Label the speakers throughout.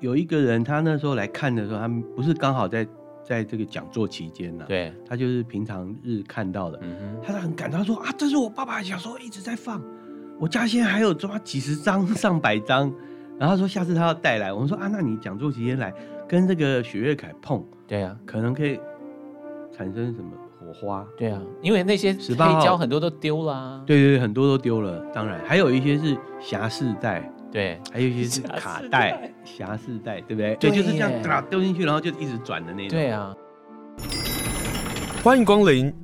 Speaker 1: 有一个人，他那时候来看的时候，他们不是刚好在在这个讲座期间呢、，
Speaker 2: 对，
Speaker 1: 他就是平常日看到的，
Speaker 2: 嗯
Speaker 1: 他就很感动，他说啊，这是我爸爸小时候一直在放，我家现在还有抓几十张、上百张。然后他说下次他要带来，我们说啊，那你讲座期间来跟这个许月凯碰，
Speaker 2: 哼，对啊，
Speaker 1: 可能可以产生什么火花？
Speaker 2: 对啊，因为那些黑
Speaker 1: 18号
Speaker 2: 胶很多都丢啦，
Speaker 1: 对对对，很多都丢了，当然还有一些是匣式袋，
Speaker 2: 对
Speaker 1: 还有一些是
Speaker 2: 匣式
Speaker 1: 卡
Speaker 2: 带
Speaker 1: 带、匣式袋，对不对？对，
Speaker 2: 对
Speaker 1: 就是这样
Speaker 2: 耶
Speaker 1: 打丢进去，然后就一直转的那种。
Speaker 2: 对啊，
Speaker 3: 欢迎光临，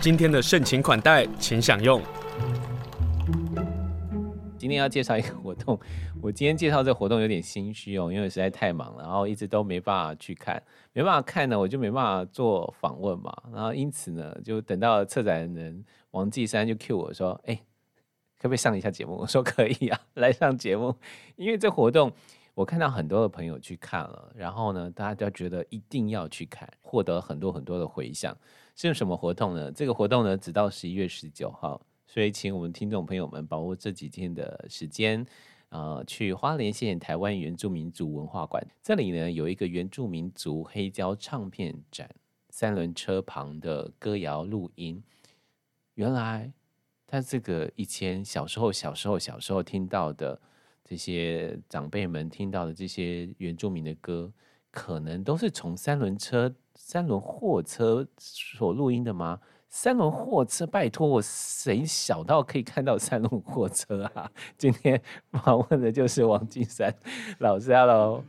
Speaker 3: 今天的盛情款待，请享用。
Speaker 2: 今天要介绍一个活动，我今天介绍这个活动有点心虚哦，因为实在太忙了，然后一直都没办法去看，没办法看呢，我就没办法做访问嘛，然后因此呢，就等到策展人王继山就 cue 我说，哎、可不可以上一下节目？我 说可以啊，来上节目，因为这活动我看到很多的朋友去看了，然后呢，大家都觉得一定要去看，获得很多很多的回响。是什么活动呢？这个活动呢，直到十一月十九号，所以请我们听众朋友们把握这几天的时间。呃，去花莲县台湾原住民族文化馆，这里呢有一个原住民族黑胶唱片展，三轮车旁的歌谣录音。原来他这个以前小时候、小时候、小时候听到的这些长辈们听到的这些原住民的歌，可能都是从三轮车、三轮货车所录音的吗？三轮货车，拜托我，谁小到可以看到三轮货车啊？今天访问的就是王金山老师，Hello，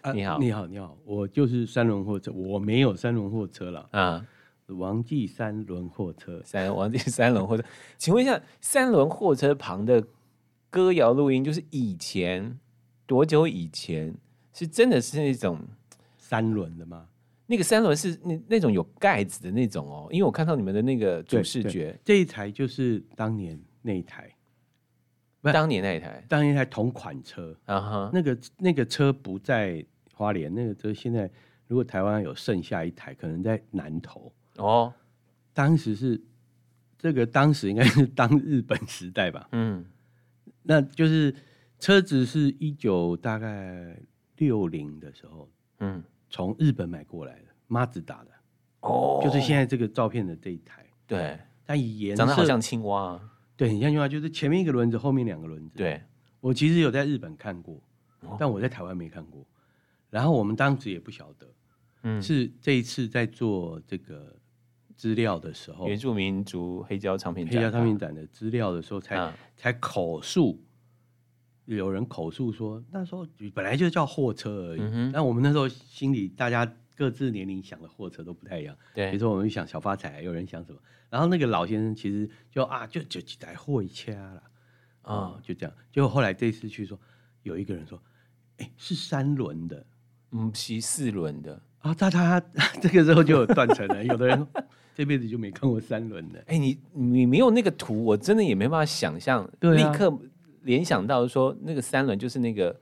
Speaker 1: 啊
Speaker 2: 你好
Speaker 1: 你好，你好，我就是三轮货车，我没有三轮货车了，
Speaker 2: 啊，
Speaker 1: 王记三轮货车。
Speaker 2: 三王金三轮货车，请问一下，三轮货车旁的歌谣录音，就是以前多久以前？是真的是那种
Speaker 1: 三轮的吗？
Speaker 2: 那个三轮是那那种有盖子的那种哦，因为我看到你们的那个主
Speaker 1: 对
Speaker 2: 视
Speaker 1: 对
Speaker 2: 觉，
Speaker 1: 这一台就是当年那一台，对
Speaker 2: 当年那一台，
Speaker 1: 当年一台同款车，
Speaker 2: 啊哈，
Speaker 1: 那个那个车不在花莲，那个车现在如果台湾有剩下一台，可能在南投。
Speaker 2: 哦，
Speaker 1: 当时是这个，当时应该是当日本时代吧，
Speaker 2: 嗯，
Speaker 1: 那就是车子是一九大概六零的时候
Speaker 2: 嗯，
Speaker 1: 从日本买过来的，马自达的，
Speaker 2: 哦
Speaker 1: 就是现在这个照片的这一台。
Speaker 2: 对，
Speaker 1: 它以颜色
Speaker 2: 长得好像青蛙啊，
Speaker 1: 对，很像青蛙，就是前面一个轮子，后面两个轮子。，
Speaker 2: 对，
Speaker 1: 我其实有在日本看过
Speaker 2: 哦，
Speaker 1: 但我在台湾没看过。然后我们当时也不晓得，
Speaker 2: 嗯，
Speaker 1: 是这一次在做这个资料的时候，
Speaker 2: 原住民族黑胶唱片
Speaker 1: 哦黑
Speaker 2: 展
Speaker 1: 胶
Speaker 2: 吧，
Speaker 1: 唱片展的资料的时候，才、
Speaker 2: 啊
Speaker 1: 才口述，有人口述说那时候本来就叫货车而已
Speaker 2: 嗯，哼
Speaker 1: 但我们那时候心里大家各自年龄想的货车都不太一样。比如
Speaker 2: 对，
Speaker 1: 说我们想小发财，有人想什么，然后那个老先生其实就啊就就几台货一掐啦，啊、
Speaker 2: 啊，
Speaker 1: 就这样。结果后来这一次去说，有一个人说，哎、是三轮的
Speaker 2: 嗯，骑四轮的，
Speaker 1: 啊，他他这个时候就有断层了。有的人说这辈子就没看过三轮的，
Speaker 2: 哎，你你没有那个图，我真的也没办法想象，
Speaker 1: 对啊
Speaker 2: 立刻联想到说那个三轮就是那个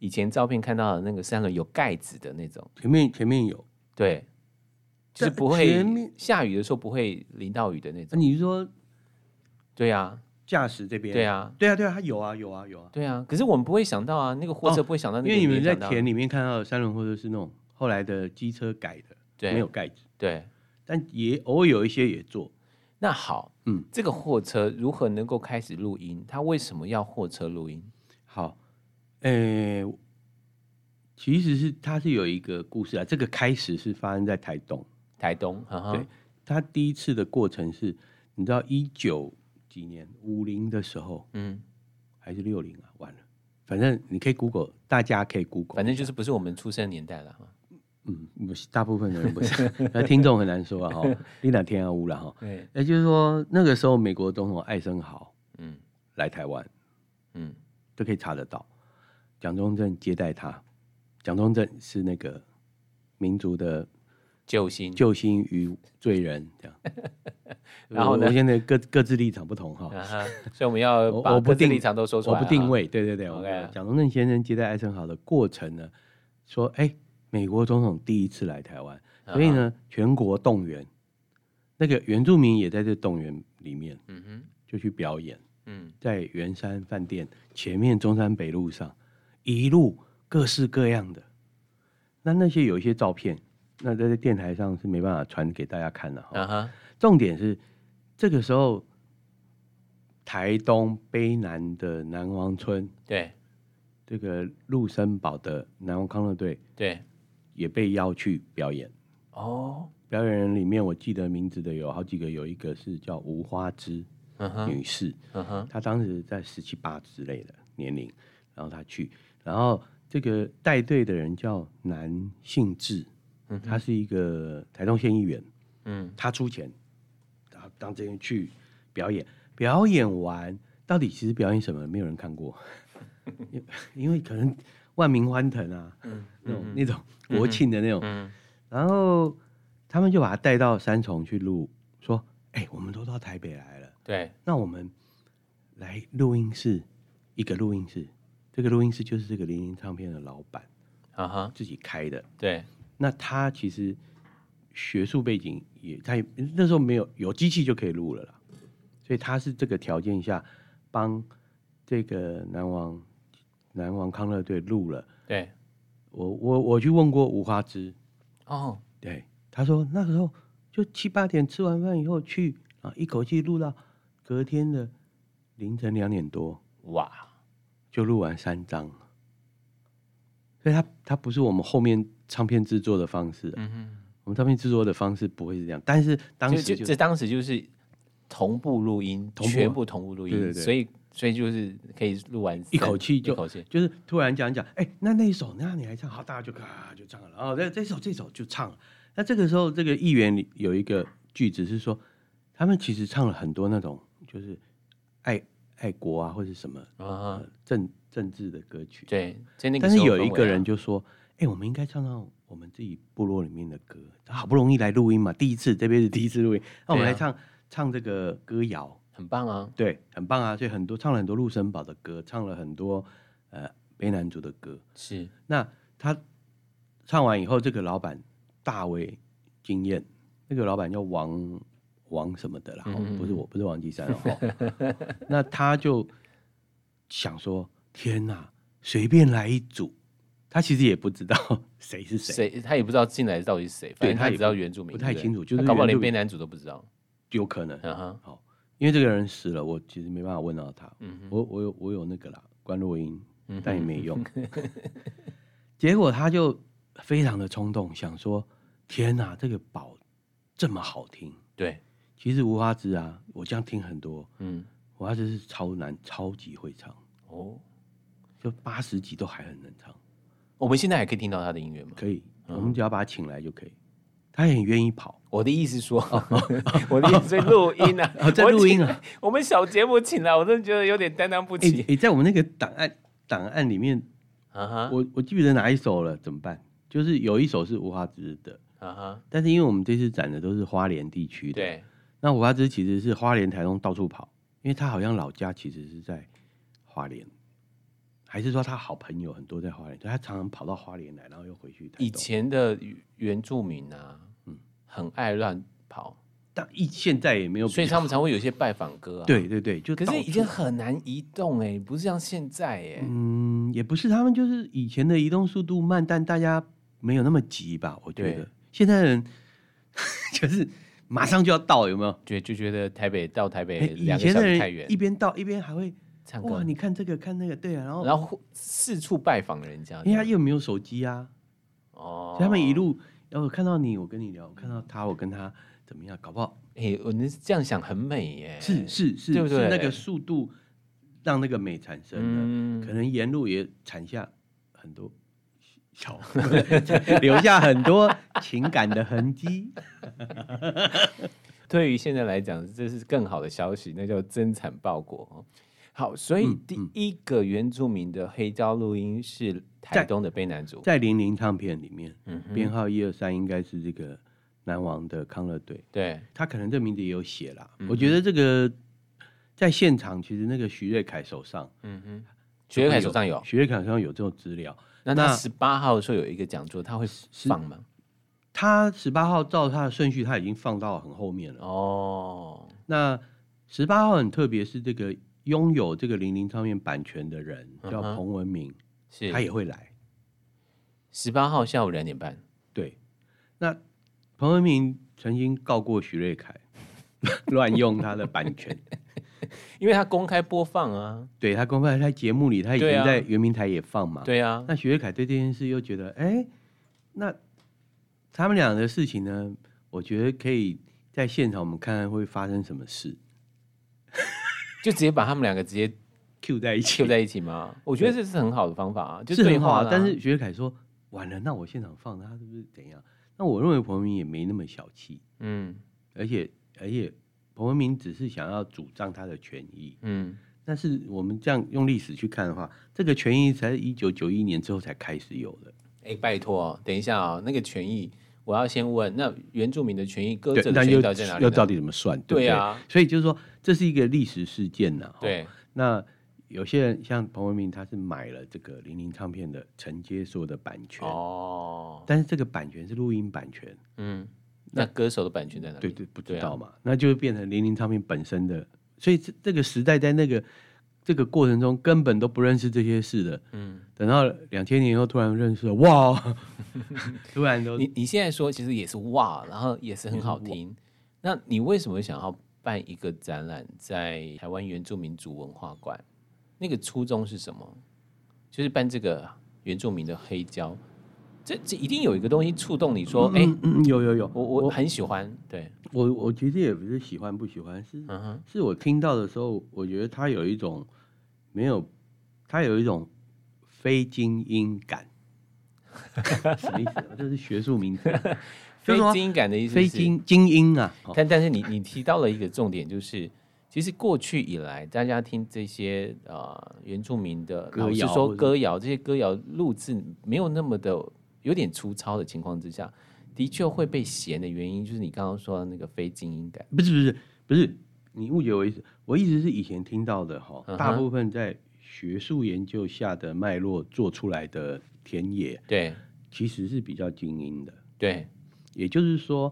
Speaker 2: 以前照片看到的那个三轮有盖子的那种，
Speaker 1: 前面前面有。
Speaker 2: 对。就是
Speaker 1: 但
Speaker 2: 不会
Speaker 1: 前面
Speaker 2: 下雨的时候不会淋到雨的那
Speaker 1: 那
Speaker 2: 种。
Speaker 1: 啊你是说
Speaker 2: 对啊，
Speaker 1: 驾驶这边？
Speaker 2: 对，啊，
Speaker 1: 对啊，对啊，他有啊，有啊，有啊。
Speaker 2: 对啊。可是我们不会想到啊，那个货车不会想到
Speaker 1: 哦因
Speaker 2: 那个、
Speaker 1: 为你们在
Speaker 2: 想到
Speaker 1: 田里面看到的三轮货车是那种后来的机车改的，
Speaker 2: 对
Speaker 1: 没有盖子，
Speaker 2: 对。
Speaker 1: 但也偶尔有一些也做。
Speaker 2: 那好，
Speaker 1: 嗯，
Speaker 2: 这个货车如何能够开始录音？它为什么要货车录音？
Speaker 1: 好，呃，其实是它是有一个故事啊，这个开始是发生在台东。
Speaker 2: 台东，哈哈
Speaker 1: 对，它第一次的过程是，你知道一九几年五零的时候
Speaker 2: 嗯，
Speaker 1: 还是六零啊？完了，反正你可以 Google，大家可以 Google，
Speaker 2: 反正就是不是我们出生年代了哈。
Speaker 1: 嗯，不是大部分的人不是，那听众很难说啊哈，你哪天啊乌了哈。
Speaker 2: 对，
Speaker 1: 也就是说，那个时候美国总统艾森豪
Speaker 2: 嗯
Speaker 1: 来台湾，
Speaker 2: 嗯，
Speaker 1: 都可以查得到。蒋中正接待他，蒋中正是那个民族的
Speaker 2: 救星，
Speaker 1: 救星与罪人，这 样。
Speaker 2: 然后呢
Speaker 1: 我我现在各各自立场不同哈，
Speaker 2: 啊哈，所以我们要
Speaker 1: 我
Speaker 2: 把
Speaker 1: 我不
Speaker 2: 各自
Speaker 1: 定
Speaker 2: 立场都说出
Speaker 1: 我
Speaker 2: 来啊。
Speaker 1: 不定位，对对对。我
Speaker 2: OK
Speaker 1: 蒋中正先生接待艾森豪的过程呢，说，哎、美国总统第一次来台湾，
Speaker 2: 啊哈，
Speaker 1: 所以呢，全国动员，那个原住民也在这动员，里面
Speaker 2: 嗯哼，
Speaker 1: 就去表演，
Speaker 2: 嗯，
Speaker 1: 在圆山饭店前面中山北路上，一路各式各样的。那那些有一些照片，那在在电台上是没办法传给大家看的哈。
Speaker 2: 啊哈，
Speaker 1: 重点是这个时候，台东卑南的南王村，
Speaker 2: 对
Speaker 1: 这个陆森堡的南王康乐队
Speaker 2: 对，
Speaker 1: 也被邀去表演。
Speaker 2: 哦，
Speaker 1: 表演人里面，我记得名字的有好几个，有一个是叫吴花枝
Speaker 2: 嗯哼，
Speaker 1: 女士，
Speaker 2: 嗯哼，
Speaker 1: 她当时在十七八之类的年龄，然后她去，然后这个带队的人叫南信志，
Speaker 2: 嗯哼
Speaker 1: 他是一个台东县议员，
Speaker 2: 嗯
Speaker 1: 他出钱，然后当这些人去表演，表演完到底其实表演什么，没有人看过，因因为可能万民欢腾啊，
Speaker 2: 嗯
Speaker 1: 那种
Speaker 2: 嗯
Speaker 1: 那种国庆的那种。
Speaker 2: 嗯
Speaker 1: 然后他们就把他带到三重去录，说：“哎、我们都到台北来了，
Speaker 2: 对，
Speaker 1: 那我们来录音室，一个录音室，这个录音室就是这个零零唱片的老板
Speaker 2: 啊哈，
Speaker 1: 自己开的。
Speaker 2: 对，
Speaker 1: 那他其实学术背景也，他也那时候没有有机器就可以录了啦，所以他是这个条件下帮这个南王南王康乐队录了。
Speaker 2: 对，
Speaker 1: 我我我去问过吴花枝，
Speaker 2: 哦，
Speaker 1: 对，他说那时候就七八点吃完饭以后去啊，一口气录到隔天的凌晨两点多
Speaker 2: 哇，
Speaker 1: 就录完三张，所以他他不是我们后面唱片制作的方式啊、
Speaker 2: 嗯哼，
Speaker 1: 我们唱片制作的方式不会是这样，但是当
Speaker 2: 就
Speaker 1: 时
Speaker 2: 就
Speaker 1: 就
Speaker 2: 这当时就是同步录音，
Speaker 1: 同步啊
Speaker 2: 全部同步录
Speaker 1: 对
Speaker 2: 音，
Speaker 1: 对对
Speaker 2: 所以所以就是可以录完
Speaker 1: 一口
Speaker 2: 三
Speaker 1: 气就
Speaker 2: 一口气，
Speaker 1: 就是突然讲一讲，哎、那那一首那你来唱，好，大家就咔就唱了，然后这这首这首就唱了。那这个时候，这个议员里有一个句子是说，他们其实唱了很多那种就是爱爱国啊或者什么
Speaker 2: 啊哈，
Speaker 1: 政政治的歌曲，
Speaker 2: 对，在那个
Speaker 1: 但是
Speaker 2: 时候
Speaker 1: 有
Speaker 2: 氛
Speaker 1: 一
Speaker 2: 围
Speaker 1: 个
Speaker 2: 啊
Speaker 1: 人就说：“哎、我们应该唱唱我们自己部落里面的歌，好不容易来录音嘛，第一次这辈子第一次录音，那我们
Speaker 2: 对啊
Speaker 1: 来唱、唱这个歌谣，
Speaker 2: 很棒啊，
Speaker 1: 对，很棒啊！所以很多唱了很多陆森堡的歌，唱了很多呃卑南族的歌。
Speaker 2: 是，
Speaker 1: 那他唱完以后，这个老板大为惊艳，那个老板叫王王什么的啦，
Speaker 2: 嗯
Speaker 1: 哦
Speaker 2: 嗯嗯
Speaker 1: 不是我，不是王继山哦。 那他就想说：天哪，随便来一组，他其实也不知道 谁是谁，
Speaker 2: 谁他也不知道进来到底是谁，反
Speaker 1: 对
Speaker 2: 正
Speaker 1: 他
Speaker 2: 他
Speaker 1: 也
Speaker 2: 只知道原住民，
Speaker 1: 不太
Speaker 2: 对对
Speaker 1: 清楚就是
Speaker 2: 他搞不好连
Speaker 1: 原住民
Speaker 2: 边男主都不知道。
Speaker 1: 有可能，
Speaker 2: 嗯哼，
Speaker 1: 因为这个人死了，我其实没办法问到他。
Speaker 2: 嗯哼
Speaker 1: 我我有我有那个啦，关录音，
Speaker 2: 嗯哼，
Speaker 1: 哦但也没用。结果他就非常的冲动，想说：天哪，这个宝这么好听。
Speaker 2: 对，
Speaker 1: 其实无花枝啊，我这样听很多，
Speaker 2: 嗯，
Speaker 1: 无花枝是超难、超级会唱，
Speaker 2: 哦，
Speaker 1: 就八十级都还很能唱，
Speaker 2: 我们现在还可以听到他的音乐吗？
Speaker 1: 可以，
Speaker 2: 嗯
Speaker 1: 我们只要把他请来就可以。他也很愿意跑，
Speaker 2: 我的意思是说， 我的意思是录音啊，
Speaker 1: 哦哦，在
Speaker 2: 我
Speaker 1: 录音
Speaker 2: 请
Speaker 1: 啊，
Speaker 2: 我们小节目请来，我真的觉得有点担当不
Speaker 1: 哎、
Speaker 2: 起。
Speaker 1: 哎在我们那个档案档案里面，
Speaker 2: 啊哈，
Speaker 1: 我我记不得哪一首了，怎么办？就是有一首是无花枝的，
Speaker 2: 啊哈，
Speaker 1: 但是因为我们这次展的都是花莲地区的，
Speaker 2: 对，
Speaker 1: 那五花枝其实是花莲、台东到处跑，因为他好像老家其实是在花莲，还是说他好朋友很多在花莲，所以他常常跑到花莲来，然后又回去台东。
Speaker 2: 以前的原住民啊，嗯，很爱乱跑，
Speaker 1: 但一现在也没有比较，
Speaker 2: 所以他们常会有一些拜访歌啊。，
Speaker 1: 对对对，就
Speaker 2: 可
Speaker 1: 到
Speaker 2: 是
Speaker 1: 处
Speaker 2: 已经很难移动哎，不是像现在哎。
Speaker 1: 嗯，也不是他们就是以前的移动速度慢，但大家没有那么急吧？我觉
Speaker 2: 对
Speaker 1: 得现在人 就是马上就要到，有没有？
Speaker 2: 觉就觉得台北到台北
Speaker 1: 哎以
Speaker 2: 两个
Speaker 1: 前
Speaker 2: 小
Speaker 1: 的
Speaker 2: 时太
Speaker 1: 人
Speaker 2: 远
Speaker 1: 一，边到一边还会
Speaker 2: 唱歌
Speaker 1: 哇，，你看这个看那个，对啊，然后
Speaker 2: 然后四处拜访人家，
Speaker 1: 哎因为他又没有手机啊，
Speaker 2: 哦嗯
Speaker 1: 所以他们一路，然后看到你，我跟你聊；看到他，我跟他怎么样？搞不好
Speaker 2: 哎，我能这样想很美耶，
Speaker 1: 是是是，
Speaker 2: 哎对不
Speaker 1: 是那
Speaker 2: 对
Speaker 1: 个速度让那个美产生了，
Speaker 2: 嗯
Speaker 1: 可能沿路也产下很多小， 留下很多情感的痕 迹。
Speaker 2: 对于现在来讲，这是更好的消息，那叫增产报国哦。好，所以
Speaker 1: 嗯
Speaker 2: 第
Speaker 1: 嗯
Speaker 2: 一个原住民的黑胶录音是台
Speaker 1: 在
Speaker 2: 东的卑南族，
Speaker 1: 在零零唱片里面，
Speaker 2: 嗯哼
Speaker 1: 编号一二三应该是这个南王的康乐队，
Speaker 2: 对，
Speaker 1: 他可能这名字也有写啦。
Speaker 2: 嗯
Speaker 1: 我觉得这个在现场，其实那个徐瑞凯手上，
Speaker 2: 嗯哼，学友凯手上有。
Speaker 1: 徐瑞凯手上有这种资料。
Speaker 2: 那他
Speaker 1: 那
Speaker 2: 十八号的时候有一个讲座，他会放吗？
Speaker 1: 他十八号照他的顺序，他已经放到很后面了。
Speaker 2: 哦，
Speaker 1: 那十八号很特别，是这个拥有这个零零唱片版权的人叫
Speaker 2: 嗯哼
Speaker 1: 彭文明，
Speaker 2: 是
Speaker 1: 他也会来。
Speaker 2: 十八号下午两点半，
Speaker 1: 对，那彭文明曾经告过许瑞凯 乱用他的版权，
Speaker 2: 因为他公开播放啊，
Speaker 1: 对他公开在节目里，他以
Speaker 2: 对
Speaker 1: 前
Speaker 2: 啊
Speaker 1: 在圆明台也放嘛。、
Speaker 2: 对啊，
Speaker 1: 那许瑞凯对这件事又觉得，哎、那他们俩的事情呢？我觉得可以在现场我们看看会发生什么事
Speaker 2: 就直接把他们两个直接
Speaker 1: ，Q 在一起
Speaker 2: Q 在一起吗？我觉得这是很好的方法啊，就是对
Speaker 1: 很好
Speaker 2: 话
Speaker 1: 啊
Speaker 2: 啦。
Speaker 1: 但是许瑞凯说，完了，那我现场放他是不是怎样？那我认为彭文明也没那么小气，
Speaker 2: 嗯
Speaker 1: 而且而且彭文明只是想要主张他的权益。
Speaker 2: 嗯，
Speaker 1: 但是我们这样用历史去看的话，这个权益才一九九一年之后才开始有的。
Speaker 2: 哎、拜托，等一下啊、那个权益我要先问，那原住民的权益、歌
Speaker 1: 对
Speaker 2: 者，的
Speaker 1: 那
Speaker 2: 权
Speaker 1: 又
Speaker 2: 益到底在哪里
Speaker 1: 又
Speaker 2: 呢？
Speaker 1: 到底怎么算？对不
Speaker 2: 对啊
Speaker 1: 所以就是说，这是一个历史事件呐、哦，
Speaker 2: 对，
Speaker 1: 那有些人像彭文明，他是买了这个零零唱片的承接所有的版权，
Speaker 2: 哦，
Speaker 1: 但是这个版权是录音版权，
Speaker 2: 嗯，那歌手的版权在哪里？
Speaker 1: 对对，不知
Speaker 2: 对啊
Speaker 1: 道嘛，那就会变成零零唱片本身的。所以这这个时代在那个这个过程中根本都不认识这些事的，
Speaker 2: 嗯，
Speaker 1: 等到两千年以后突然认识了， 哇，突然都
Speaker 2: 你你现在说其实也是哇，然后也是很好听。
Speaker 1: 嗯
Speaker 2: 那你为什么想要办一个展览在台湾原住民族文化馆？那个初衷是什么？就是办这个原住民的黑胶，这这一定有一个东西触动你说，哎、
Speaker 1: 嗯嗯有有有，
Speaker 2: 我我很喜欢，对，
Speaker 1: 我我其实也不是喜欢不喜欢，是
Speaker 2: 嗯哼，
Speaker 1: 是我听到的时候，我觉得他有一种没有，他有一种非精英 感，什么意思？啊这是学术名词，就是
Speaker 2: 非
Speaker 1: 说
Speaker 2: 精感的意思是，
Speaker 1: 非精精英啊，哦
Speaker 2: 但但是你你提到了一个重点，就是其实过去以来，大家听这些呃原住民的，
Speaker 1: 歌
Speaker 2: 老实
Speaker 1: 谣或
Speaker 2: 说
Speaker 1: 者
Speaker 2: 歌谣这些歌谣录制没有那么的有点粗糙的情况之下，的确会被嫌的原因，就是你刚刚说的那个非精英感。
Speaker 1: 不是不是不是，你误解我意思，我意思是以前听到的哈
Speaker 2: 嗯，哼
Speaker 1: 大部分在学术研究下的脉络做出来的田野，
Speaker 2: 对
Speaker 1: 其实是比较精英的。
Speaker 2: 对，
Speaker 1: 也就是说，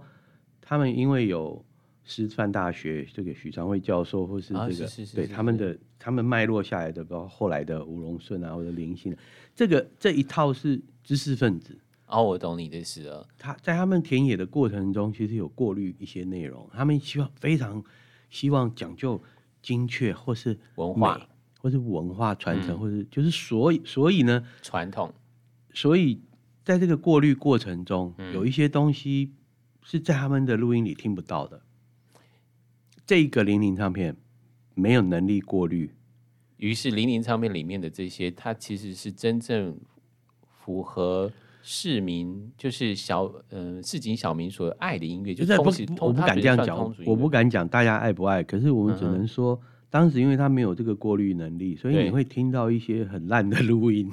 Speaker 1: 他们因为有师范大学这个许昌惠教授，或是这个、
Speaker 2: 啊是是是
Speaker 1: 对
Speaker 2: 是
Speaker 1: 他们的他们脉络下来的，包括后来的吴荣顺啊，或者林信，这个这一套是知识分子，
Speaker 2: 哦，我懂你的意思了。
Speaker 1: 他在他们田野的过程中，其实有过滤一些内容，他们希望非常希望讲究精确，或是
Speaker 2: 文化
Speaker 1: 美，或是文化传承，
Speaker 2: 嗯
Speaker 1: 或是就是所以所以呢，
Speaker 2: 传统，
Speaker 1: 所以在这个过滤过程中，
Speaker 2: 嗯
Speaker 1: 有一些东西是在他们的录音里听不到的。这个零零唱片没有能力过滤，
Speaker 2: 于是零零唱片里面的这些，它其实是真正符合市民，就是小嗯、市井小民所爱的音乐，就
Speaker 1: 在不
Speaker 2: 通俗，
Speaker 1: 我
Speaker 2: 通
Speaker 1: 不
Speaker 2: 它
Speaker 1: 敢
Speaker 2: 不
Speaker 1: 这样
Speaker 2: 算
Speaker 1: 讲
Speaker 2: 通俗，音
Speaker 1: 我不
Speaker 2: 乐
Speaker 1: 敢讲大家爱不爱，可是我们只
Speaker 2: 嗯哼
Speaker 1: 能说，当时因为他没有这个过滤能力，所以
Speaker 2: 对
Speaker 1: 你会听到一些很烂的录音。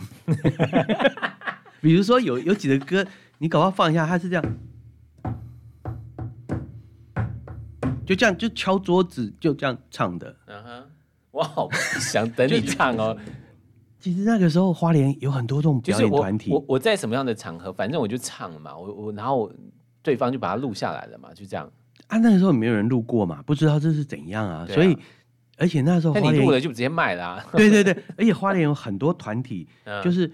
Speaker 1: 比如说有有几个歌，你搞不好放一下，它是这样，就这样就敲桌子，就这样唱的。
Speaker 2: 嗯哼，我好想等你唱哦。
Speaker 1: 其实那个时候花莲有很多这种
Speaker 2: 就
Speaker 1: 表
Speaker 2: 是
Speaker 1: 演
Speaker 2: 我
Speaker 1: 团体，
Speaker 2: 我我在什么样的场合，反正我就唱嘛，我我然后我对方就把它录下来了嘛，就这样。
Speaker 1: 啊，那个时候没有人路过嘛，不知道这是怎样啊，
Speaker 2: 对啊
Speaker 1: 所以而且那时候
Speaker 2: 但
Speaker 1: 花
Speaker 2: 你录了
Speaker 1: 莲，
Speaker 2: 就直接卖啦、
Speaker 1: 对对对，而且花莲有很多团体，
Speaker 2: 嗯
Speaker 1: 就是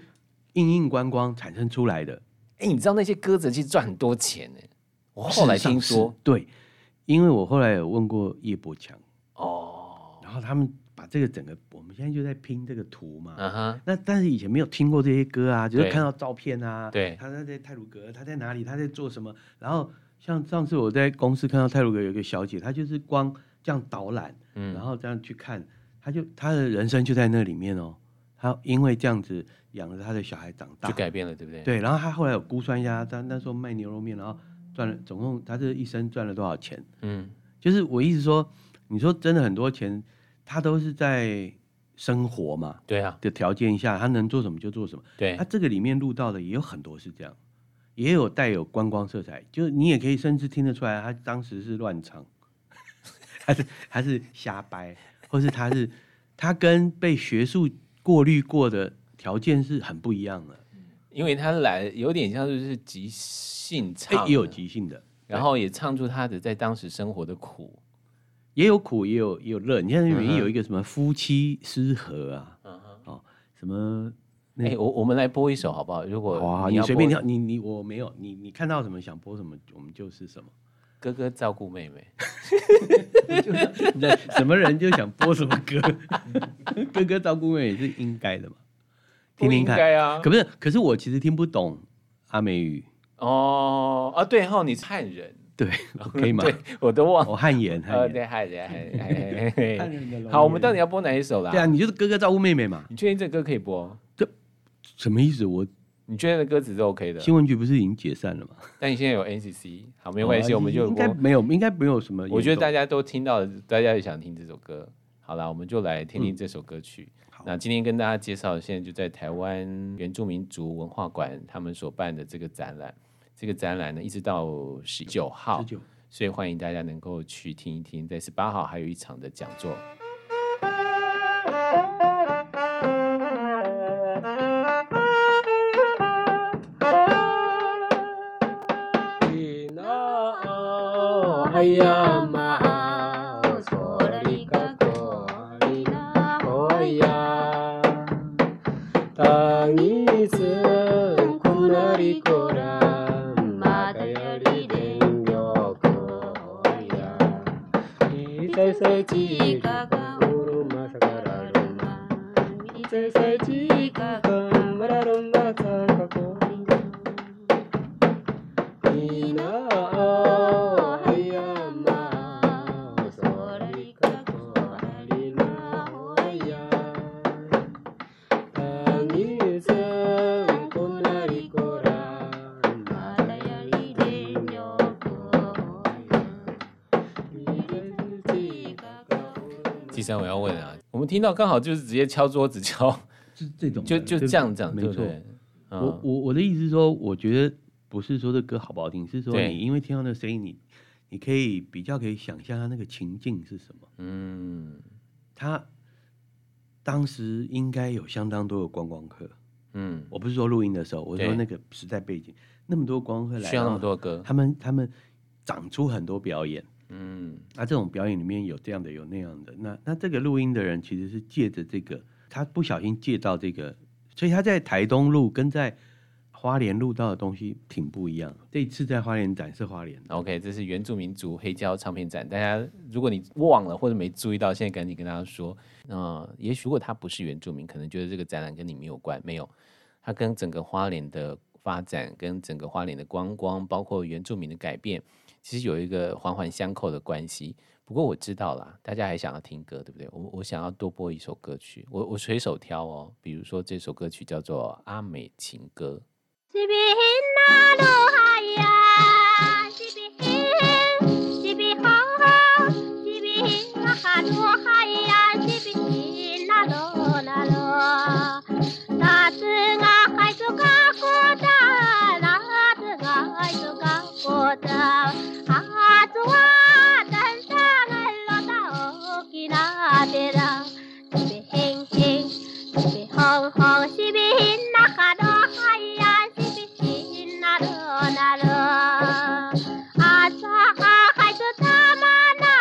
Speaker 1: 应应观光产生出来的。
Speaker 2: 哎、你知道那些歌者其实赚很多钱呢、我哦后来
Speaker 1: 事实
Speaker 2: 听
Speaker 1: 上是
Speaker 2: 说，，
Speaker 1: 对，因为我后来有问过叶伯强，
Speaker 2: 哦，
Speaker 1: 然后他们把这个整个，我们现在就在拼这个图嘛，
Speaker 2: 嗯哼，
Speaker 1: 那但是以前没有听过这些歌啊，就是
Speaker 2: 对
Speaker 1: 看到照片啊，
Speaker 2: 对
Speaker 1: 他在在泰鲁阁，他在哪里，他在做什么。然后像上次我在公司看到泰鲁阁有一个小姐，她就是光这样导览，
Speaker 2: 嗯
Speaker 1: 然后这样去看，她就她的人生就在那里面哦。她因为这样子养了她的小孩长大
Speaker 2: 就，改变了，对不对？，
Speaker 1: 对，然后她后来有估算一下，她那时候卖牛肉面，然后赚了总共她这一生赚了多少钱？
Speaker 2: 嗯，
Speaker 1: 就是我意思说，你说真的很多钱，她都是在生活嘛
Speaker 2: 对啊，
Speaker 1: 的条件下，她能做什么就做什么。
Speaker 2: 对
Speaker 1: 它、，这个里面录到的也有很多是这样，也有带有观光色彩，就是你也可以甚至听得出来，他当时是乱唱，还是还是瞎掰，或是他是他跟被学术过滤过的条件是很不一样的，
Speaker 2: 因为他来有点像就是即兴
Speaker 1: 哎、
Speaker 2: 唱，
Speaker 1: 也有即兴的，
Speaker 2: 然后也唱出他的在当时生活的苦，
Speaker 1: 也有苦也有也有乐。你看
Speaker 2: 嗯
Speaker 1: 原
Speaker 2: 哼
Speaker 1: 因有一个什么夫妻失和啊，
Speaker 2: 嗯
Speaker 1: 哦，什么
Speaker 2: 哎、
Speaker 1: 那
Speaker 2: 我我们来播一首好不好？如果
Speaker 1: 好啊，
Speaker 2: 你
Speaker 1: 你
Speaker 2: 要
Speaker 1: 随便
Speaker 2: 播
Speaker 1: 挑，你你我没有，你你看到什么想播什么，我们就是什么，
Speaker 2: 哥哥照顾妹妹，
Speaker 1: 那什么人就想播什么 歌，哥哥照顾妹妹是应该的嘛， 听听
Speaker 2: 不应
Speaker 1: 看。
Speaker 2: 该啊
Speaker 1: 可。不是，可是我其实听不懂阿美语，
Speaker 2: 哦啊，对哈、你是汉人，
Speaker 1: 对，我 可以吗？
Speaker 2: 对，我都忘了。
Speaker 1: 我汉言，汉
Speaker 2: 呃，
Speaker 1: 言，
Speaker 2: 对，汉人，汉人嘿嘿
Speaker 1: 汉
Speaker 2: 嘿
Speaker 1: 人的
Speaker 2: 嘿。
Speaker 1: 龙
Speaker 2: 好，我们
Speaker 1: 眼
Speaker 2: 到底要播哪一首啦？
Speaker 1: 对啊，你就是哥哥照顾妹妹嘛，
Speaker 2: 你确定这歌可以播？
Speaker 1: 什么意思？我
Speaker 2: 你确定的歌词是 OK 的？
Speaker 1: 新闻局不是已经解散了吗？
Speaker 2: 但你现在有 NCC，好，没关系，我们就
Speaker 1: 哦应
Speaker 2: 播
Speaker 1: 该。没有，应该没有什么严重。
Speaker 2: 我觉得大家都听到了，大家也想听这首歌。好啦，我们就来听听这首歌曲。
Speaker 1: 好
Speaker 2: 那今天跟大家介绍，现在就在台湾原住民族文化馆他们所办的这个展览。这个展览呢，一直到十九号
Speaker 1: 十，九
Speaker 2: 所以欢迎大家能够去听一听。在十八号还有一场的讲座。季山，我要问啊，我们听到刚好就是直接敲桌 子敲，
Speaker 1: 这这种
Speaker 2: 就
Speaker 1: 的
Speaker 2: 就
Speaker 1: 对
Speaker 2: 这样这样，
Speaker 1: 没
Speaker 2: 对不
Speaker 1: 错。
Speaker 2: 对？
Speaker 1: 我
Speaker 2: 嗯，
Speaker 1: 我我的意思是说，我觉得不是说这歌好不好听，是说
Speaker 2: 对
Speaker 1: 你因为听到那个声音，你你可以比较可以想象它那个情境是什么。
Speaker 2: 嗯
Speaker 1: 他当时应该有相当多的观光客，
Speaker 2: 嗯，
Speaker 1: 我不是说录音的时候，我说
Speaker 2: 对
Speaker 1: 那个时代背景，那么多观光客来，啊
Speaker 2: 需要那
Speaker 1: 然
Speaker 2: 么
Speaker 1: 后
Speaker 2: 多歌，
Speaker 1: 他们他们长出很多表演。
Speaker 2: 嗯
Speaker 1: 那这种表演里面有这样的，有那样的。那那这个录音的人其实是借着这个，他不小心借到这个，所以他在台东录跟在花莲录到的东西挺不一样。这一次在花莲展示花莲的，
Speaker 2: ，OK，这是原住民族黑胶唱片展，大家如果你忘了或者没注意到，现在赶紧跟大家说，嗯、也许如果他不是原住民，可能觉得这个展览跟你没有关，没有，它跟整个花莲的发展，跟整个花莲的观光，包括原住民的改变，其实有一个环环相扣的关系。不过我知道啦，大家还想要听歌，对不对？我我想要多播一首歌曲，我我随手挑哦，比如说这首歌曲叫做《阿美情歌》。
Speaker 4: Sibihin maluhaya, sibihin, sibihaw, sibihin mahaluhaya, sibihin lalo lalo. Natunga ay sugakota, natunga ay sugakota. Atunga tansa nalota okinatera. Sibihin, sibihin, Sibi hong hong, sibi hin na ka do haya, sibi hin na do na do. Ata ahay tu tamana,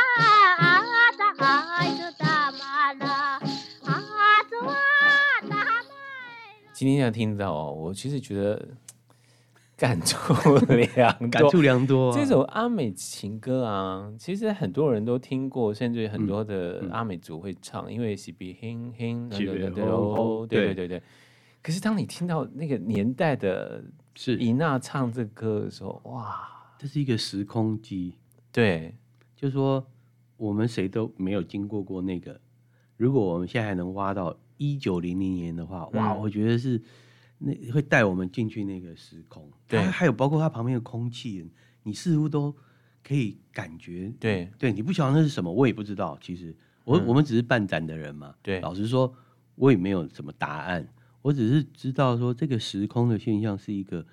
Speaker 4: ata ahay tu tamana, ata tamana.
Speaker 2: 今天要听到哦，我其实觉得感触良
Speaker 1: 感
Speaker 2: 多。
Speaker 1: 触良多、啊。
Speaker 2: 这首阿美情歌啊，其实很多人都听过，甚至很多的
Speaker 1: 嗯
Speaker 2: 阿美族会唱，因为是比 hin hin
Speaker 1: 是
Speaker 2: 对对
Speaker 1: 哦哦
Speaker 2: 对对
Speaker 1: 对
Speaker 2: 对对。可是当你听到那个年代的
Speaker 1: 是，
Speaker 2: 伊娜唱这歌的时候，哇，
Speaker 1: 这是一个时空机，
Speaker 2: 对，
Speaker 1: 就是说我们谁都没有经过过那个。如果我们现在还能挖到一九零零年的话，哇，
Speaker 2: 嗯
Speaker 1: 我觉得是那会带我们进去那个时空。啊
Speaker 2: 对
Speaker 1: 它还有包括它旁边的空气，你似乎都可以感觉。
Speaker 2: 对
Speaker 1: 对，你不晓得那是什么，我也不知道。其实
Speaker 2: 嗯
Speaker 1: 我、我们只是办展的人嘛。
Speaker 2: 对
Speaker 1: 老实说，我也没有什么答案，我只是知道说这个时空的现象是一个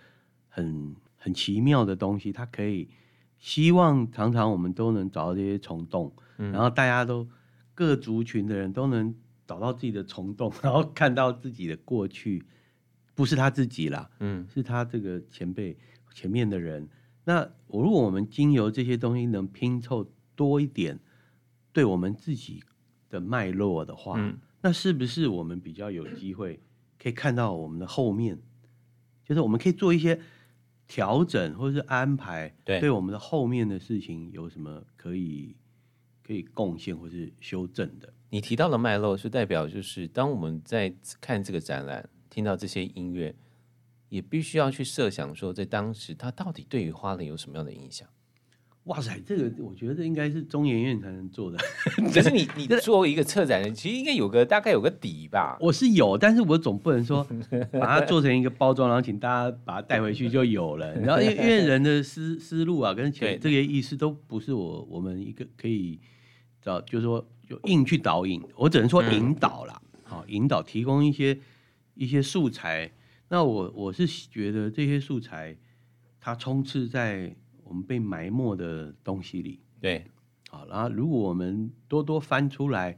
Speaker 1: 很很奇妙的东西，它可以希望常常我们都能找到这些虫洞，
Speaker 2: 嗯
Speaker 1: 然后大家都各族群的人都能找到自己的虫洞， 然后看到自己的过去，不是他自己啦，
Speaker 2: 嗯，
Speaker 1: 是他这个前辈前面的人。那我如果我们经由这些东西能拼凑多一点，对我们自己的脉络的话，
Speaker 2: 嗯
Speaker 1: 那是不是我们比较有机会可以看到我们的后面？就是我们可以做一些调整或者是安排，
Speaker 2: 对
Speaker 1: 我们的后面的事情有什么可以可以贡献或是修正的？
Speaker 2: 你提到的脉络是代表，就是当我们在看这个展览，听到这些音乐，也必须要去设想说，在当时它到底对于花莲有什么样的 影响。
Speaker 1: 哇塞，这个我觉得这应该是中研院才能做的。
Speaker 2: 可是你你作为一个策展人，其实应该有个大概有个底吧？
Speaker 1: 我是有，但是我总不能说把它做成一个包装，然后请大家把它带回去就有了。然后因为因为人的思思路啊，跟
Speaker 2: 对
Speaker 1: 前这些意思都不是我我们一个可以找，就是说就硬去导引，我只能说
Speaker 2: 嗯
Speaker 1: 引导啦，好、引导提供一些一些素材。那我我是觉得这些素材它充斥在我们被埋没的东西里，
Speaker 2: 对，
Speaker 1: 好，然后如果我们多多翻出来，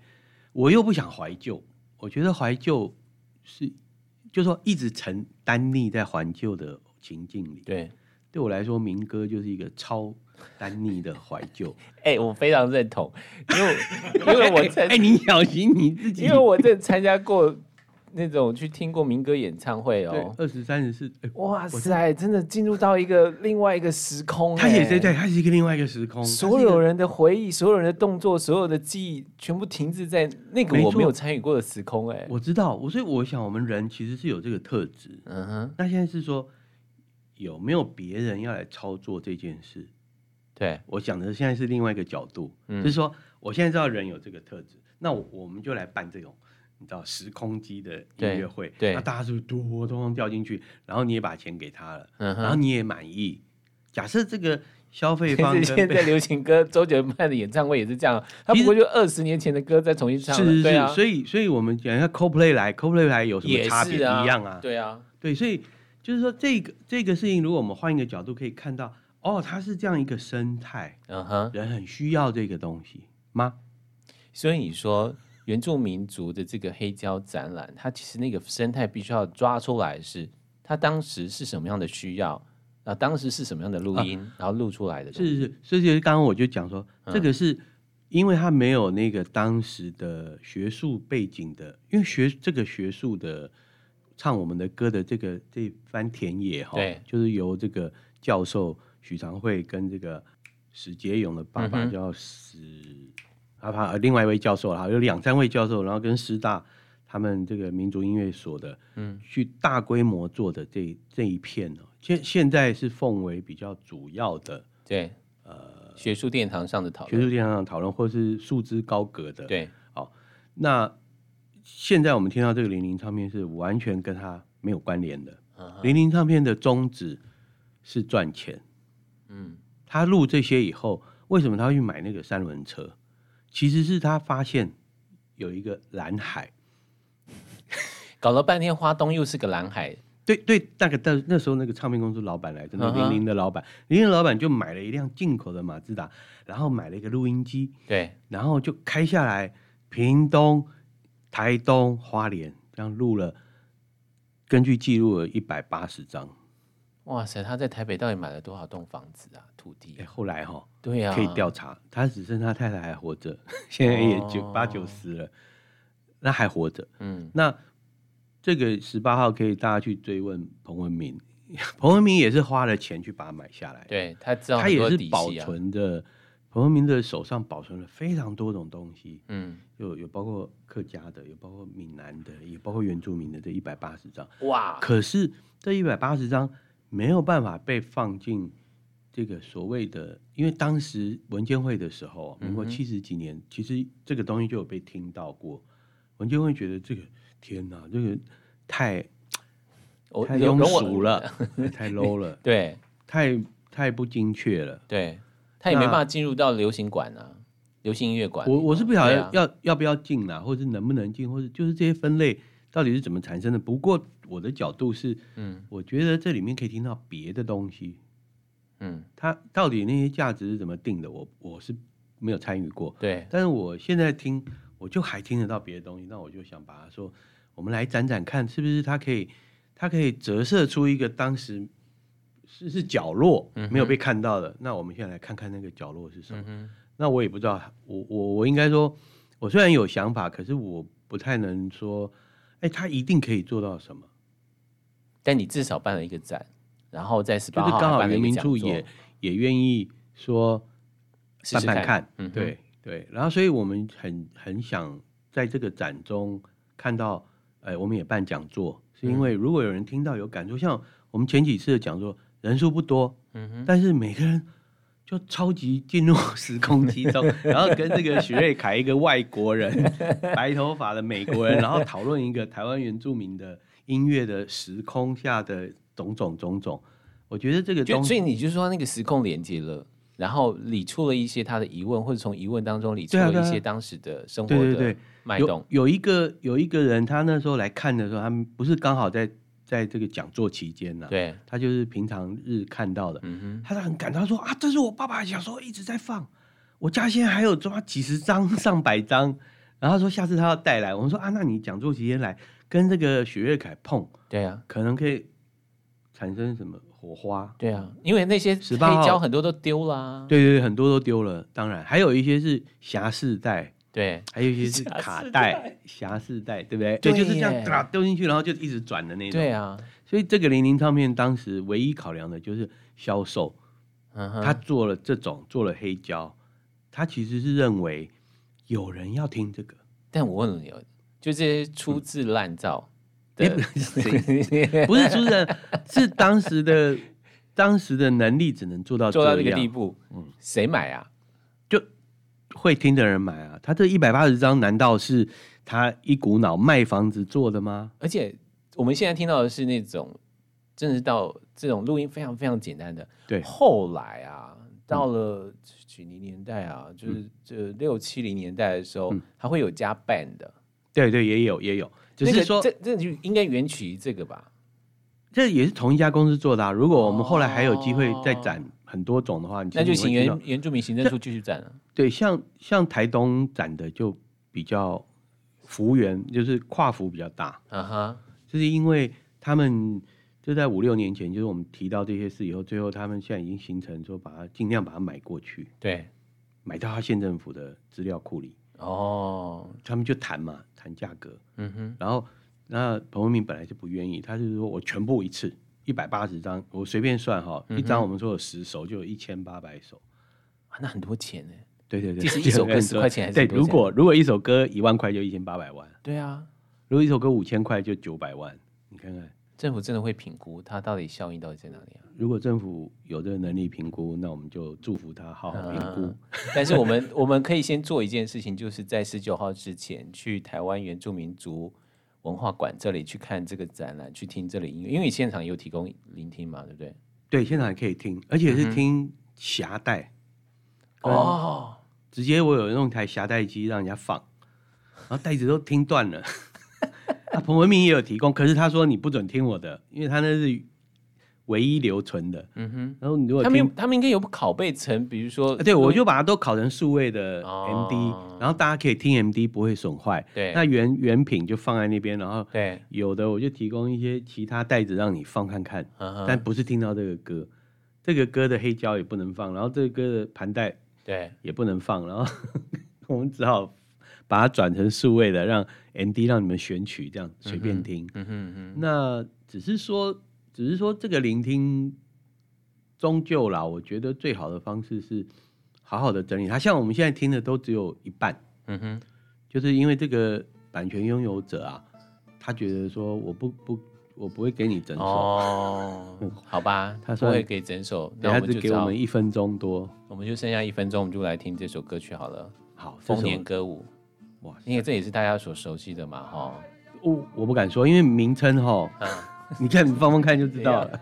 Speaker 1: 我又不想怀旧，我觉得怀旧是，就说一直沉单溺在怀旧的情境里。
Speaker 2: 对，
Speaker 1: 对我来说，民歌就是一个超单溺的怀旧。
Speaker 2: 哎、我非常认同，因为我 因为我曾
Speaker 1: 哎、你小心你自己。
Speaker 2: 因为我在参加过那种去听过民歌演唱会
Speaker 1: 对
Speaker 2: 哦，
Speaker 1: 二十三十四，哎
Speaker 2: 哇塞，真的进入到一个另外一个时空、哎
Speaker 1: 它也是对，
Speaker 2: 在
Speaker 1: 它是一个另外一个时空。
Speaker 2: 所有人的回忆、所有人的动作、所有的记忆，全部停滞在那个
Speaker 1: 没
Speaker 2: 我没
Speaker 1: 错
Speaker 2: 有参与过的时空、哎，
Speaker 1: 我知道，我所以我想，我们人其实是有这个特质。
Speaker 2: 嗯哼，
Speaker 1: 那现在是说，有没有别人要来操作这件事？
Speaker 2: 对，
Speaker 1: 我讲的现在是另外一个角度，
Speaker 2: 嗯
Speaker 1: 就是说我现在知道人有这个特质，那我我们就来办这种。你知道时空机的音乐会，
Speaker 2: 对对
Speaker 1: 那大家是不是多通通掉进去？然后你也把钱给他了，
Speaker 2: 嗯
Speaker 1: 然后
Speaker 2: 哼。
Speaker 1: 你也满意。假设这个消费方
Speaker 2: 是
Speaker 1: 跟
Speaker 2: 现
Speaker 1: 被
Speaker 2: 在流行歌，周杰伦办的演唱会也是这样，他
Speaker 1: 其
Speaker 2: 不
Speaker 1: 实
Speaker 2: 过就二十年前的歌再重新
Speaker 1: 是
Speaker 2: 唱了，
Speaker 1: 是是，
Speaker 2: 对啊，
Speaker 1: 所以所以我们讲一下 CoPlay 来，CoPlay 来有什
Speaker 2: 也
Speaker 1: 么差别
Speaker 2: 是啊，
Speaker 1: 一样啊？
Speaker 2: 对啊，
Speaker 1: 对，所以就是说这个这个事情，如果我们换一个角度可以看到，哦，它是这样一个生态，
Speaker 2: 嗯哼，
Speaker 1: 人很需要这个东西吗？
Speaker 2: 所以你说原住民族的这个黑胶展览，它其实那个生态必须要抓出来是，它当时是什么样的需要，然后当时是什么样的录音，然后录出来的
Speaker 1: 啊
Speaker 2: 东
Speaker 1: 是
Speaker 2: 西。嗯
Speaker 1: 是是，所以就是刚刚我就讲说，这个是因为他没有那个当时的学术背景的，因为学这个学术的唱我们的歌的这个这番田野哈
Speaker 2: 对，
Speaker 1: 就是由这个教授许长惠跟这个史杰勇的爸爸
Speaker 2: 嗯哼
Speaker 1: 叫史，他怕另外一位教授啦，有两三位教授，然后跟师大他们这个民族音乐所的，
Speaker 2: 嗯
Speaker 1: 嗯，去大规模做的这这一片哦，现现在是奉为比较主要的。
Speaker 2: 对，呃，学术殿堂上的讨
Speaker 1: 学术
Speaker 2: 论，
Speaker 1: 殿堂上的讨论，或是束之高阁的。，
Speaker 2: 对，
Speaker 1: 那现在我们听到这个零零唱片是完全跟它没有关联的。
Speaker 2: 嗯哼
Speaker 1: 零零唱片的宗旨是赚钱。
Speaker 2: 嗯，
Speaker 1: 他录这些以后，为什么他会去买那个三轮车？其实是他发现有一个蓝海。
Speaker 2: 搞了半天，花东又是个蓝海，
Speaker 1: 对对，那个但那时候那个唱片公司老板来的，那
Speaker 2: 嗯
Speaker 1: 零
Speaker 2: 哼
Speaker 1: 零的老板，零零的老板就买了一辆进口的马自达，然后买了一个录音机，
Speaker 2: 对，
Speaker 1: 然后就开下来，屏东、台东、花莲，这样录了，根据记录了一百八十张。
Speaker 2: 哇塞，他在台北到底买了多少栋房子啊，土地
Speaker 1: 哎，
Speaker 2: 啊？
Speaker 1: 后来哈、
Speaker 2: 对啊，
Speaker 1: 可以调查，他只剩他太太还活着， 现在也九
Speaker 2: 哦
Speaker 1: 八九十了，那还活着。
Speaker 2: 嗯，
Speaker 1: 那这个十八号可以大家去追问彭文明， 彭文明也是花了钱去把它买下来，
Speaker 2: 对他知道
Speaker 1: 他
Speaker 2: 很多
Speaker 1: 也是
Speaker 2: 底
Speaker 1: 保
Speaker 2: 细啊，
Speaker 1: 存的。彭文明的手上保存了非常多种东西，
Speaker 2: 嗯，
Speaker 1: 有有包括客家的，有包括闽南的，也包括原住民的这一百八十张。
Speaker 2: 哇，
Speaker 1: 可是这一百八十张没有办法被放进这个所谓的，因为当时文监会的时候，啊民国
Speaker 2: 嗯哼
Speaker 1: 七十几年，其实这个东西就有被听到过。文监会觉得这个天哪，这个太
Speaker 2: 我
Speaker 1: 太
Speaker 2: 哦容
Speaker 1: 庸
Speaker 2: 我
Speaker 1: 俗了，太 low 了，
Speaker 2: 对
Speaker 1: 太太不精确了。
Speaker 2: 对，他也没
Speaker 1: 那
Speaker 2: 办法进入到流行馆啊，流行音乐馆里嘛。
Speaker 1: 我我是不晓
Speaker 2: 对
Speaker 1: 得
Speaker 2: 啊
Speaker 1: 要、要不要进啦，或者是能不能进，或者就是这些分类到底是怎么产生的。不过我的角度是，
Speaker 2: 嗯
Speaker 1: 我觉得这里面可以听到别的东西，
Speaker 2: 嗯，
Speaker 1: 它到底那些价值是怎么定的，我我是没有参与过。
Speaker 2: 对，
Speaker 1: 但是我现在听，我就还听得到别的东西，那我就想把它说，我们来展展看，是不是它可以，它可以折射出一个当时是是角落
Speaker 2: 嗯哼
Speaker 1: 没有被看到的。那我们现在来看看那个角落是什么。
Speaker 2: 嗯哼，
Speaker 1: 那我也不知道，我我我应该说，我虽然有想法，可是我不太能说，哎、他一定可以做到什么。
Speaker 2: 但你至少办了一个展，然后在十
Speaker 1: 就
Speaker 2: 八
Speaker 1: 是
Speaker 2: 号
Speaker 1: 刚
Speaker 2: 啊还
Speaker 1: 好
Speaker 2: 办了
Speaker 1: 原
Speaker 2: 一个
Speaker 1: 民
Speaker 2: 讲
Speaker 1: 处
Speaker 2: 座，
Speaker 1: 也也愿意说
Speaker 2: 试
Speaker 1: 慢
Speaker 2: 试
Speaker 1: 慢看，
Speaker 2: 嗯哼
Speaker 1: 对对。然后，所以我们很很想在这个展中看到，呃，我们也办讲座，是
Speaker 2: 嗯
Speaker 1: 因为如果有人听到有感触，像我们前几次的讲座人数不多，
Speaker 2: 嗯哼，
Speaker 1: 但是每个人就超级进入时空机 中，然后跟这个许瑞凯一个外国人、 白头发的美国人，然后讨论一个台湾原住民的音乐的时空下的种种种种。我觉得这个
Speaker 2: 就
Speaker 1: 东
Speaker 2: 所以
Speaker 1: 西，
Speaker 2: 你就说那个时空连接了，然后理出了一些他的疑问，或者从疑问当中理出
Speaker 1: 对啊
Speaker 2: 了
Speaker 1: 对啊
Speaker 2: 一些当时的生活
Speaker 1: 对对
Speaker 2: 的
Speaker 1: 对
Speaker 2: 脉动
Speaker 1: 有。有一个有一个人，他那时候来看的时候，他们不是刚好在在这个讲座期间呢、
Speaker 2: 对，
Speaker 1: 他就是平常日看到的，
Speaker 2: 嗯
Speaker 1: 他是很感动，他说啊，这是我爸爸小时候一直在放，我家现在还有抓几十张、上百张。然后他说下次他要带来，我们说啊，那你讲座期间来跟这个许月凯碰，
Speaker 2: 哼，对啊，
Speaker 1: 可能可以产生什么火花？
Speaker 2: 对啊，因为那些黑
Speaker 1: 18号
Speaker 2: 胶很多都丢啦。
Speaker 1: 对对对，很多都丢了，当然还有一些是匣式带，
Speaker 2: 对
Speaker 1: 还有一些是
Speaker 2: 匣
Speaker 1: 卡
Speaker 2: 式
Speaker 1: 带、匣式带，对不对？
Speaker 2: 对
Speaker 1: 就是这样
Speaker 2: 耶
Speaker 1: 哒丢进去，然后就一直转的那种。
Speaker 2: 对啊，
Speaker 1: 所以这个零零唱片当时唯一考量的就是销售，
Speaker 2: 嗯哼，
Speaker 1: 他做了这种，做了黑胶，他其实是认为有人要听这个，
Speaker 2: 但我问了你哦，就这些粗制滥造的
Speaker 1: 也，嗯 不是主持人，是当时的当时的能力只能做到
Speaker 2: 做到那
Speaker 1: 这
Speaker 2: 个
Speaker 1: 样
Speaker 2: 地，步
Speaker 1: 嗯，
Speaker 2: 谁买啊？
Speaker 1: 会听的人买啊。他这一百八十张，难道是他一股脑卖房子做的吗？
Speaker 2: 而且我们现在听到的是那种，真的是到这种录音非常非常简单的。
Speaker 1: 对嗯
Speaker 2: 后来啊，到了几零年代啊，就是这六七零年代的时
Speaker 1: 嗯
Speaker 2: 候，还会有加 band 的。
Speaker 1: 对对，也有也有，只是说、
Speaker 2: 那个、这这就应该源起于这个吧？
Speaker 1: 这也是同一家公司做的、啊。如果我们后来还有机会再展很多种的话，你其
Speaker 2: 哦那
Speaker 1: 实
Speaker 2: 就
Speaker 1: 你会听
Speaker 2: 请原
Speaker 1: 到
Speaker 2: 原住民行政处继续站了。
Speaker 1: 对，像像台东展的就比较幅员就是跨幅比较大，
Speaker 2: 啊哈，
Speaker 1: 就是因为他们就在五六年前，就是我们提到这些事以后，最后他们现在已经形成说把它尽量把它买过去，
Speaker 2: 对，
Speaker 1: 买到他县政府的资料库里，
Speaker 2: 哦，
Speaker 1: 他们就谈嘛，谈价格，
Speaker 2: 嗯哼，
Speaker 1: 然后那彭文明本来就不愿意，他就是说我全部一次。一百八十张，我随便算哈，
Speaker 2: 嗯
Speaker 1: 一张我们说有十首，就有一千八百首。
Speaker 2: 啊那很多钱呢。
Speaker 1: 对对对，
Speaker 2: 即使一首歌10块钱还是
Speaker 1: 对，
Speaker 2: 很多钱
Speaker 1: 如果如果一首歌一万块，就一千八百万。
Speaker 2: 对啊，
Speaker 1: 如果一首歌五千块就九百万，你看看，
Speaker 2: 政府真的会评估它到底效应到底在哪里啊？
Speaker 1: 如果政府有这个能力评估，那我们就祝福他好好评估。
Speaker 2: 嗯 但是我们我们可以先做一件事情，就是在十九号之前去台湾原住民族文化馆这里去看这个展览，去听这里音乐，因为你现场有提供聆听嘛，对不对？
Speaker 1: 对，现场也可以听，而且是
Speaker 2: 嗯
Speaker 1: 听匣带，嗯
Speaker 2: 哦，
Speaker 1: 直接我有用台匣带机让人家放，然后带子都听断了。 啊，彭文明也有提供，可是他说你不准听我的，因为他那是唯一留存的。
Speaker 2: 嗯哼，
Speaker 1: 然后你如果
Speaker 2: 他们有
Speaker 1: 听，
Speaker 2: 他们应该有拷贝层，比如说，
Speaker 1: 啊对我就把它都拷成数位的 MD，、
Speaker 2: 哦
Speaker 1: 然后大家可以听 MD 不会损坏。
Speaker 2: 对
Speaker 1: 那原原品就放在那边，然后
Speaker 2: 对，
Speaker 1: 有的我就提供一些其他袋子让你放看看，
Speaker 2: 嗯哼
Speaker 1: 但不是听到这个歌，这个歌的黑胶也不能放，然后这个歌的盘带
Speaker 2: 对，
Speaker 1: 也不能放，然后 我们只好把它转成数位的，让 M D 让你们选取，这样随便听。
Speaker 2: 嗯哼嗯哼，
Speaker 1: 那只是说，只是说这个聆听，终究啦，我觉得最好的方式是好好的整理它。像我们现在听的都只有一半，
Speaker 2: 嗯哼，
Speaker 1: 就是因为这个版权拥有者啊，他觉得说我不不我不会给你整首，
Speaker 2: 哦，好吧，
Speaker 1: 他
Speaker 2: 他
Speaker 1: 说
Speaker 2: 说会给整首，那
Speaker 1: 等
Speaker 2: 我
Speaker 1: 下只
Speaker 2: 们就
Speaker 1: 给我
Speaker 2: 照
Speaker 1: 们一分钟多。
Speaker 2: 我们就剩下一分钟，我们就来听这首歌曲好了，
Speaker 1: 好，这
Speaker 2: 《丰
Speaker 1: 首
Speaker 2: 年歌舞》。
Speaker 1: 哇，
Speaker 2: 因为这也是大家所熟悉的嘛，哈。
Speaker 1: 我我不敢说，因为名称哈，
Speaker 2: 嗯
Speaker 1: 你看你放放看就知道了。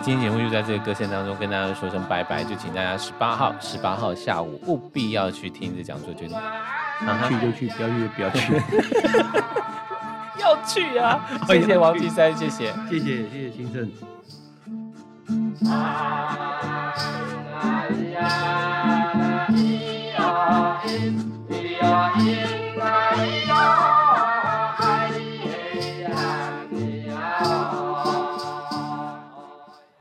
Speaker 2: 今天节目就在这个歌声当中跟大家说声拜拜，就请大家十八号十八号下午务必要去听这讲座，决定。啊
Speaker 1: 去就去，不要去就不要去。
Speaker 2: 要去啊！谢谢王岐山，谢谢。
Speaker 1: 谢谢谢谢新政。
Speaker 4: 啊